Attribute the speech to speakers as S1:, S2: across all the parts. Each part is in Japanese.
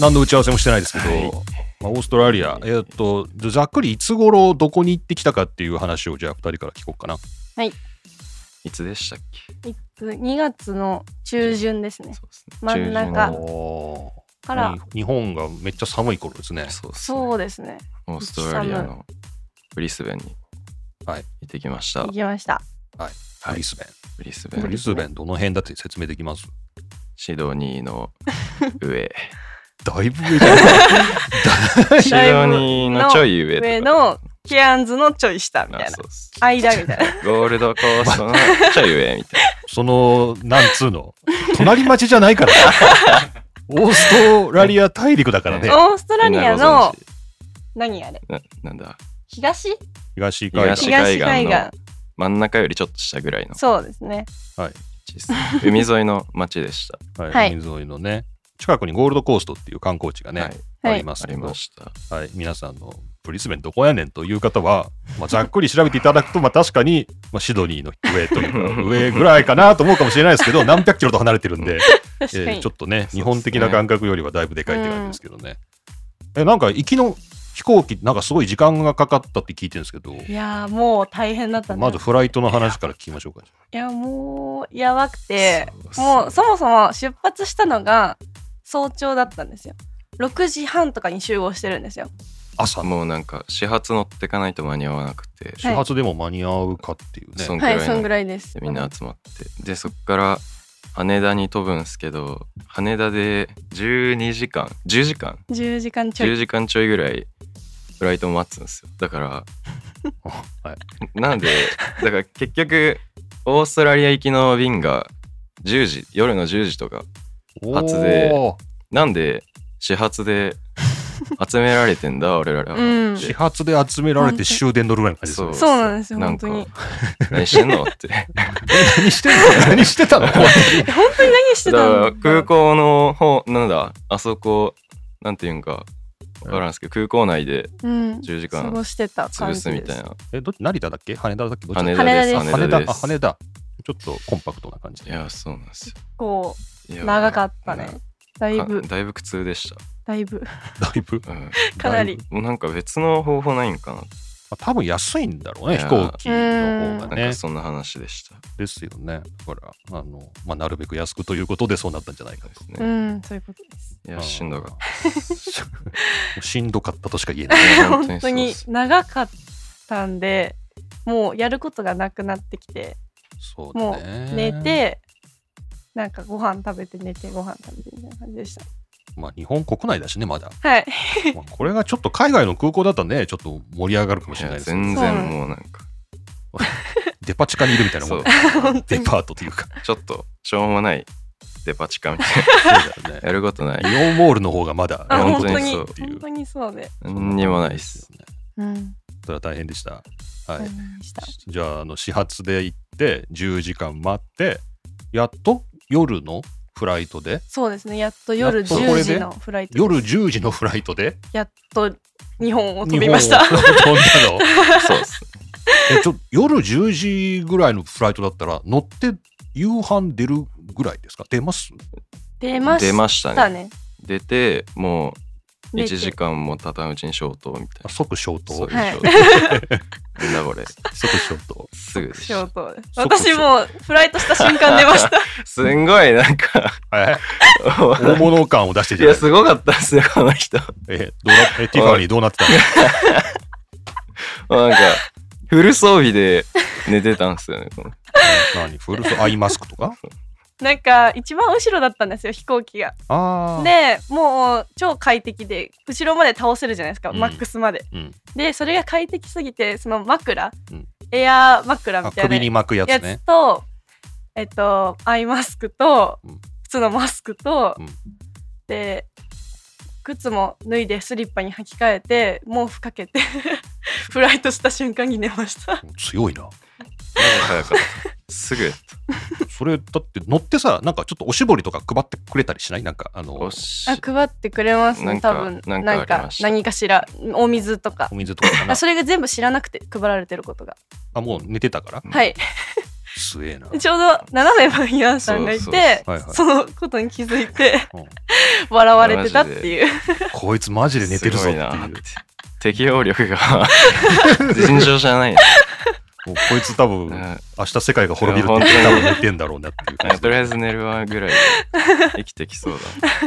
S1: 何の打ち合わせもしてないですけど、
S2: はい
S1: まあ、オーストラリア、えーっとざっくりいつ頃どこに行ってきたかっていう話をじゃあ2人から聞こうかな。
S2: いつでしたっけ
S3: いつ2月の中旬ですね
S2: そうですね。
S3: 真ん中あ
S2: 中
S1: おー
S3: から
S1: に日本がめっちゃ寒い頃ですね
S2: 旬。そうですね。
S3: そうですね
S2: オーストラリアのブリスベンに
S1: は
S2: 行
S1: い
S2: ってきました。
S3: 行き ました
S1: ブリスベン。
S2: ブリスベ
S1: ブリ
S2: ン、
S1: スベンどの辺だって説明できます
S2: シドニー の 上。
S1: だいぶ上じゃない
S2: シドニーのちょい上とか
S3: 上のケアンズのちょい下みたい
S2: あ
S3: な
S2: そうっす
S3: 間みたい な
S2: ゴールドコーストのちょい上みたい
S1: その、なんつうの。 隣町じゃないから。オーストラリア大陸だからね。
S3: オースト
S2: な。
S3: ラ リ
S2: みん
S3: ア
S2: なご
S3: の
S2: 存知
S3: 何あれ
S2: ななんだ
S3: 東
S1: 東海岸
S2: 東。
S3: 東
S2: 海岸の
S3: 海岸
S2: 真ん中よりちょっと下ぐらいの
S3: そうですね
S2: 小さい海沿いの町でした。
S1: はい
S3: はい
S1: 海沿いのね。近くにゴールドコーストっていう観光地がね、
S2: はい、
S1: あ
S3: は
S1: り
S3: い
S1: ます
S2: あ
S1: け
S2: り
S1: ど
S2: ま、した。
S1: はい、皆さんのブリスベンどこやねんという方は、まあ、ざっくり調べていただくと、まあ、確かに、まあ、シドニーの上という か、上ぐらいかなと思うかもしれないですけど、何百キロと離れてるんで、
S3: 確か
S1: えー
S3: に
S1: ちょっとね、日本的な感覚よりはだいぶでかいって感じですけどね。え、なんか行きの飛行機、なんかすごい時間がかかったって聞いてるんですけど、
S3: いやーもう大変だったね
S1: まずフライトの話から聞きましょうか。
S3: いやもうやばくて
S2: そうそう
S3: もうそもそも出発したのが早朝だったんですよ6時半とかに集合してるんですよ
S1: 朝の
S2: もうなんか始発乗ってかないと間に合わなくて、
S1: 始発でも間に合うかっていうね。
S2: そんぐ
S3: は
S2: らい
S3: い
S2: の
S3: そんぐらいです
S2: でみんな集まってでそっから羽田に飛ぶんですけど羽田で12時間10時間
S3: 10時間ちょ
S2: 10
S3: い
S2: 時間ちょいぐらいフライト待つんですよだから
S1: はい、
S2: なん でだから結局オーストラリア行きの便が10時夜の10時とか初で
S1: おー
S2: なんで始発 で集められてんだ俺らは、
S3: うん
S1: 始発で集められて終電乗るぐらいの感じですね
S2: そう
S3: そうなんですよ
S2: なん
S3: 本
S2: か
S3: 当に
S2: 何してんのってだか
S1: 何してんの何して たの
S3: 本当に何してたの
S2: ら空港の方なんだあそこなんていうんか分からんすけど空港内で
S3: うん
S2: 10時
S3: 過
S2: 間
S3: ごしてた感
S2: 潰
S3: じです
S2: すみたいな
S1: え、どっち成田だっけ羽田だっけどっちだっ
S2: 羽
S1: け
S2: 田です
S3: 羽
S2: 羽
S1: 羽
S2: 田
S1: 田
S2: です
S1: あ羽田。ちょっとコンパクトな感じ
S2: い。やそうなんです
S3: こ
S2: よいうや
S3: 長かったね
S2: うん
S3: だいぶ
S2: かだいぶ苦痛でし
S3: だいぶ
S1: だいぶ。
S2: た、うん、
S3: かなり
S1: だいぶ。
S2: もうなんか別の方法ないんかな
S1: まあ多分安いんだろうね、
S2: いや
S1: 飛行機の方が
S2: なん
S1: ね
S2: か。そんな話でした
S1: ですよね。だから、あの、まあ、なるべく安くということでそうなったんじゃないか
S2: で
S1: と。
S2: す
S3: う
S2: ね
S3: んそういうことです
S2: いやしんど かっ
S1: った。しんどかったとしか言えない。
S2: た
S3: 本当
S2: そう
S3: に
S2: っす
S3: 長かったんでもうやることがなくなってきて
S1: そう
S3: も
S1: だ
S3: う
S1: ね。
S3: 寝てなんかご飯食べて寝てご飯食べてみたいな感じでした
S1: まあ、日本国内だしね、まだ。
S3: はい
S1: まあこれがちょっと海外の空港だったらね、ちょっと盛り上がるかもし
S2: い
S1: れない
S2: や
S1: ですけど
S2: 全
S3: そうな
S2: 然
S3: んです
S2: もうなんか
S1: デパ地下にいるみたいなも
S2: そうん
S1: だデパートという か。
S2: ちょっとしょうもないデパ地下みたい
S1: そうだよ
S2: な
S1: ね。
S2: やることない
S1: イオンモールの方がまだ、
S3: あ
S1: やるこ
S3: 本
S1: と
S3: 当
S1: な
S3: に
S1: い
S2: そう
S1: ってい
S3: 本
S1: う
S3: 当。にそうで
S2: 何にもないっす。
S3: うん
S1: それは大変でした。は
S3: 大
S1: い。
S3: 変でした
S1: じゃあ、あの、始発で行って、10時間待って、やっと夜のフライトで、
S3: そうですねやっと夜
S1: やっとこ
S3: 10
S1: れで
S3: 時のフライト
S1: 夜10時のフライトで、
S3: やっと日本を飛びました
S1: 日本を飛んだの。
S2: そうっす
S1: えちょ夜10時ぐらいのフライトだったら、乗って夕飯出るぐらいですか出ます
S3: 出まし
S2: 出ましたたね
S3: ね
S2: 出てもう
S3: 出
S2: 1
S3: て
S2: 時間もたたんうちに消灯みたい
S1: あ
S2: な
S1: 即消灯。
S2: そう
S1: 即
S2: でしょう なんだこれ
S1: 消灯。
S2: すぐでし
S3: ショ
S2: た
S3: ートです
S1: そこそこ
S3: 私もうフライトした瞬間出ました
S2: すんごいなんか
S1: はい。大物感を出してる
S2: い
S1: じゃな
S2: や
S1: いですか
S2: すごかったっすよこの人
S1: えどうなえティファニーどうなってたの
S2: なんかフル装備で寝てたんすよねこの
S1: 何フルソアイマスクとか
S3: なんか一番後ろだったんですよ飛行機が
S1: ああ。
S3: でもう超快適で後ろまで倒せるじゃないですか、
S1: うん
S3: マックスまで
S1: うん。
S3: でそれが快適すぎてその枕、
S1: うん
S3: エアー枕み
S1: あ
S3: たいな
S1: 首に巻くや
S3: や
S1: つね
S3: つ。とえっとアイマスクと、
S1: うん
S3: 普通のマスクと、
S1: うん
S3: で靴も脱いでスリッパに履き替えて毛布かけて フライトした瞬間に寝ました
S1: 強いな。
S2: 早かったすぐやった
S1: それだって乗ってさ、なんかちょっとおしぼりとか配ってくれたりしないなんかあの
S2: お、し
S3: あ配ってくれます
S2: なん
S3: ね
S2: か
S3: 多分
S2: なんか
S3: なん
S2: あり
S3: か
S2: ました
S3: 何かしらお水とか
S1: お水とかかな
S3: あそれが全部知らなくて配られてることが、
S1: あ、もう寝てたから
S2: うん
S3: はい
S1: すげえな。
S3: ちょうど斜め前にアンさんがい
S2: そうそう
S3: て
S1: はいはい
S3: そのことに気づいて、 笑われてたっていう
S1: こいつマジで寝てるぞっていう
S2: すごな適応力が尋常じゃない。
S1: もうこいつ多分
S2: うん
S1: 明日世界が滅びるって言って多分寝てんだろうなっていう感じ
S2: とりあえず寝るわぐらいで生きてきそう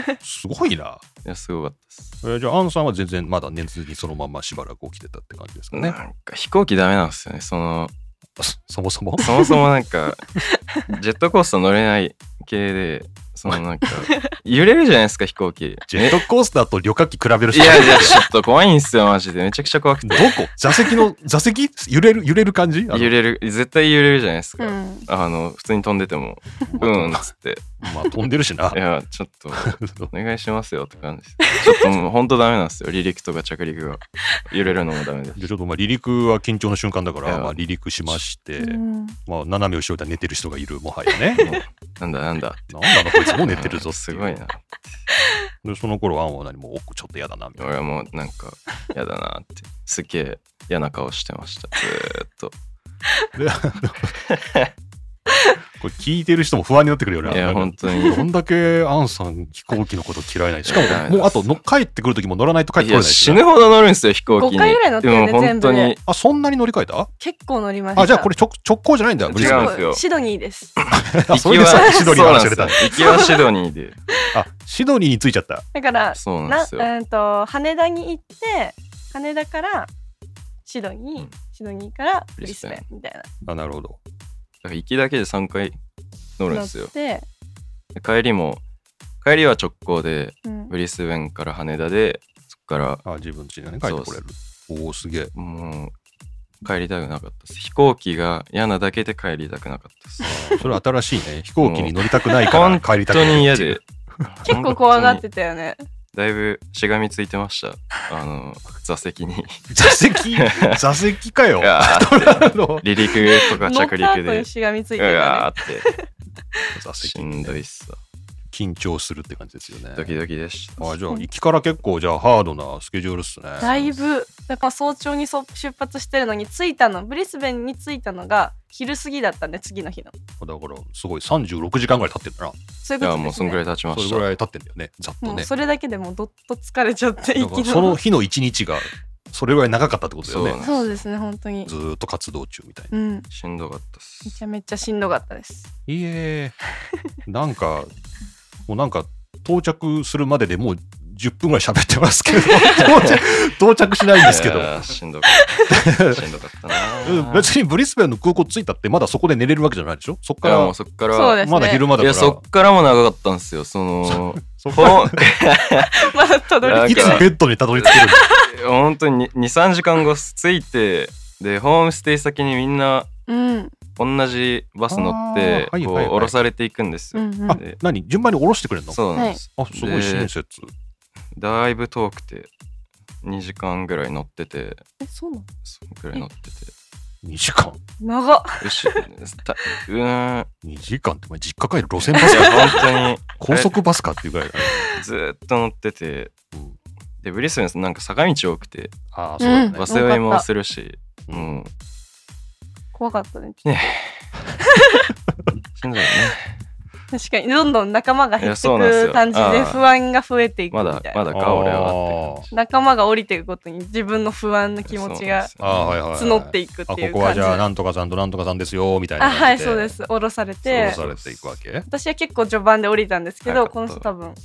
S2: だ。い
S1: すごいな、
S2: や、すごかったです。
S1: えーじゃあアンさんは全然まだ寝ずにそのまましばらく起きてたって感じですか
S2: な
S1: ね、
S2: んか飛行機ダメなんですよね。その、
S1: そそも そも
S2: そもそもなん か、ジェットコースター乗れない系で、その なんか、揺れるじゃないですか、飛行機。
S1: ジェットコースターと旅客機比べる
S2: い
S1: しか
S2: や
S1: ない
S2: いや、ちょっと怖いんですよ、マジで。めちゃくちゃ怖くて。
S1: どこ座席の座席揺れる揺れる感じあの
S2: 揺れる、絶対揺れるじゃないですか。
S3: うん
S2: あの、普通に飛んでても、うん、っつって、
S1: まあ飛んでるしない
S2: や、ちょっと、お願いしますよって感じです。ちょっともう、ほんとダメなんですよ。離陸とか着陸が。揺れるのもダメです。
S1: でちょっとまあ離陸は緊張の瞬間だか
S2: い
S1: ら、
S2: や
S1: まあ、離陸しまして、
S3: うん
S1: まあ、斜め後ろで寝てる人がいるもはやね
S2: もうなんだ
S1: な
S2: なんだ。
S1: んだろこいつもう寝てるぞ
S2: うん
S1: って
S2: す
S1: いう
S2: ごいな。
S1: でその頃アンは何もおちょっと嫌だなみたいな
S2: 俺はもうなんか嫌だなってすげえ嫌な顔してましたずーっと
S1: であのこれ聞いてる人も不安になってくるよね
S2: いや
S1: なんか
S2: 本当に
S1: どんだけアンさん飛行機のこと嫌いないしか
S2: いや
S1: ももうあとの帰ってくる時も乗らないと帰って
S2: い
S1: これ
S2: や
S1: ないし
S2: 死
S1: ね
S2: ぬほど乗るんですよ飛行機に
S3: 5回ぐらい乗ったよね
S2: でも本当
S3: 全
S2: に
S1: あそんなに乗り換えた
S3: 結構乗りました
S1: あじゃあこれ直直行じゃないんだブリ
S2: 違
S1: スベ
S2: うん
S1: ン
S2: ですよ
S3: シドニーです
S1: あそれで
S2: 行
S1: さ
S2: きは
S1: シドニーの話が出た
S2: そうなんですよ行きはシドニー で
S1: あシドニーに着いちゃった
S3: だから
S2: そうなん
S3: な
S2: ですよ
S3: うんと羽田に行って羽田からシドニー、
S2: うん
S3: シドニーからブリス
S2: ブ
S3: ベ
S2: リ
S3: ンみたいな
S1: あなるほど
S2: だから行きだけで3回乗るんですよ
S3: で、
S2: で帰りも帰りは直行で
S3: うん
S2: ブリスベンから羽田でそっから
S1: あ自分ちにね帰ってこれるおおすげえ
S2: もう帰りたくなかったです飛行機が嫌なだけで帰りたくなかったです
S1: それ新しいね飛行機に乗りたくないから
S2: 本
S1: 帰りたく
S2: 当
S1: ない
S2: に嫌で
S3: 結構怖がってたよね
S2: だいぶしがみついてました。あの、座席 に。
S1: 座 席座席かよ
S2: ガーって
S1: あの
S2: 離陸とか
S3: 乗った
S2: 着陸
S3: 後
S2: で
S3: に。しがみついて
S2: ガ
S3: た、
S2: ーって。
S1: 座
S2: し
S1: 席
S2: んどいっすわ。
S1: 緊張するって感じですよね
S2: ドキドキでした。
S1: あじゃあ行きから結構じゃあハードなスケジュールっすね
S3: ね、だいぶだから早朝にそ出発してるのに着いたのブリスベンに着いたのが昼過ぎだったんで次の日の
S1: だからすごい36時間ぐらい経ってんだ
S3: そういう
S2: い
S3: こ
S2: や、
S3: と
S2: も
S3: で
S2: う
S3: す
S2: そん
S3: ね
S2: ぐらい経ち
S1: な
S2: ま
S1: それ
S2: し
S1: ぐ
S2: た。
S1: らい経ってんだよねざっと
S3: もう
S1: ね
S3: それだけでもうどっと疲れちゃっ
S1: だ
S3: て息
S1: から
S3: の
S1: その日の一日がそれぐらい長かったってことだよ
S2: そう
S1: ね
S2: な
S3: そうですね本当に
S1: ずーっと活動中みたいな
S3: うん
S2: しんどかったっ
S3: めち
S2: す。
S3: ゃめちゃしんどかったです
S1: いえなんかもうなんか到着するまででもう10分ぐらい喋ってますけど到着到着しないんですけど
S2: いやーしんどかった。しんどかった
S1: うん
S2: な。
S1: 別にブリスベンの空港着いたってまだそこで寝れるわけじゃないでしょそっ
S2: い
S1: か
S2: や、もう
S1: ら
S2: そっから。
S3: そうですね
S1: まだ昼間だ
S2: い
S1: から
S2: や、そっからも長かったんですよ。その、
S1: そっ
S2: ほ
S1: か
S2: ん
S3: まだたどり
S2: な
S1: ら
S2: んか
S1: いつベッドにたどり着けるんだ
S2: 本当に2、3時間後着いて、で、ホームステイ先にみんな
S3: うん
S2: 同じバス乗って、
S1: あー
S2: こ、
S1: はいうはいはい
S2: 降ろされていくんです
S3: う
S2: よ。
S3: んうん
S1: あ
S2: で
S1: 何順番に下ろしてくれるの
S2: そうなんです。
S1: あすごい
S2: で
S1: 親切
S2: だいぶ遠くて2時間ぐらい乗ってて
S3: えそうなの
S2: そんぐらい乗ってて
S1: 2時間
S3: 長っ
S2: うしたうーん
S1: 2時間ってお前実家帰る路線バ
S2: い
S1: スか
S2: や本
S1: 高速バスかっていうぐらいだね
S2: 当にずーっと乗ってて
S1: うん
S2: でブリスベンなんか坂道多くて
S1: ああそうだよね
S2: バス酔いもするし
S1: う
S2: うんん
S3: 怖かったね
S2: しんどいね
S3: 確かにどんどん仲間が減って
S2: いやそうなんです
S3: く
S2: よ
S3: 感じで
S2: ああ
S3: 不安が増えていくみ
S2: ま
S3: た
S2: だ
S3: いな、
S2: まだか俺はって
S3: 仲間が降りていくごとに自分の不安な気持ちが
S1: ああはい
S2: い
S1: はいはい
S3: 募っていくって
S1: あこ
S3: いう
S1: こは
S3: 感じ
S1: じ
S3: で
S1: ゃあ
S3: あ
S1: なんとかさんとなんとかさんですよみたいな感じ
S3: はいそうです降ろされ
S1: 降ろ
S3: て
S1: されていくわけ
S3: 私は結構序盤で降りたんですけ
S2: 早か
S3: ど
S2: った
S3: この人多分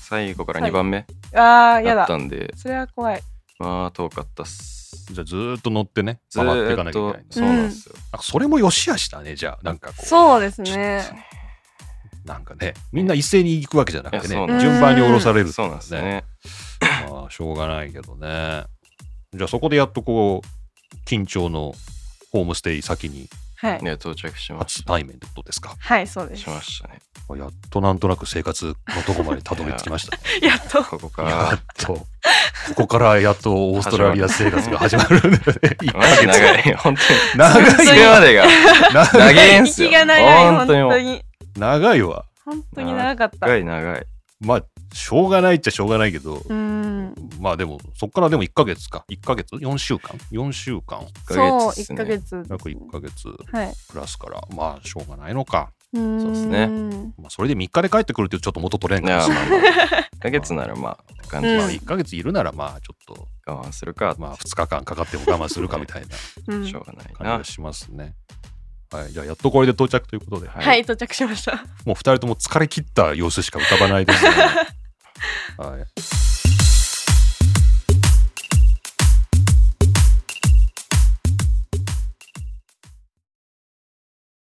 S2: 最後から2番目
S3: ああ
S2: だ
S3: や
S2: っ
S3: だ
S2: たんで
S3: それは怖い
S2: まあ遠かったっす
S1: じゃあずーっと乗ってね
S2: ず
S1: 回っていか
S2: ー
S1: な
S2: っ
S1: きゃいけな
S2: と
S1: いね
S2: そうなんですよ
S1: なんかそれも良し悪しだねじゃあなんかこう
S3: そうですね
S1: なんかねみんな一斉に行くわけじゃなくて
S2: いやそう
S3: な
S1: ね
S3: んです
S1: 順番に降ろされるってい
S2: そうなんですよね
S1: まあしょうがないけどねじゃあそこでやっとこう緊張のホームステイ先に
S3: はい
S2: いや到着しまし
S1: 初対面ってことですか
S3: はいそう
S2: た
S3: です
S2: しましたね
S1: あやっとなんとなく生活のとこまでたどり着きま したね
S3: やっと
S2: ここか
S1: や
S2: ら
S1: っとここからやっとオーストラリア生活が始まるんだね 一
S2: マ
S1: ヶ月
S2: ジ長い、本当
S1: 長
S2: に。
S1: い
S2: それまでが、長いんすよ。
S3: 息が長い
S2: 本
S3: 本
S2: 当にも
S3: 当
S2: う。
S3: に
S1: 長いわ
S3: 本当に長かった
S2: 長い長い。
S1: まあしょうがないっちゃしょうがないけど
S3: うん
S1: まあでもそこからでも1ヶ月か1ヶ月4週間4週間
S2: 1
S3: そう
S2: ヶ月っす
S3: 1
S2: ね
S3: ヶ月です
S1: 約
S3: ね
S1: 1ヶ月
S3: はい
S1: プラスからまあしょうがないのか
S3: そう
S2: ですね
S1: まあ、それで3日で帰ってくるってちょっと元取れん
S2: い
S1: から
S2: や
S1: し
S2: まあまあ 1ヶ月ならまあって感じ
S3: うん
S1: ま
S2: で
S1: あ、
S2: す
S1: 1ヶ月いるならまあちょっと、
S2: 我慢するか、
S1: まあ、2日間かかっても我慢するかみたいな
S3: うん
S2: しょうがない
S1: 感じ
S2: な
S1: がしますね。はい、じゃあやっとこれで到着ということで、
S2: は
S3: はい、到着しました。
S1: もう2人とも疲れ切った様子しか浮かばないですね。はい、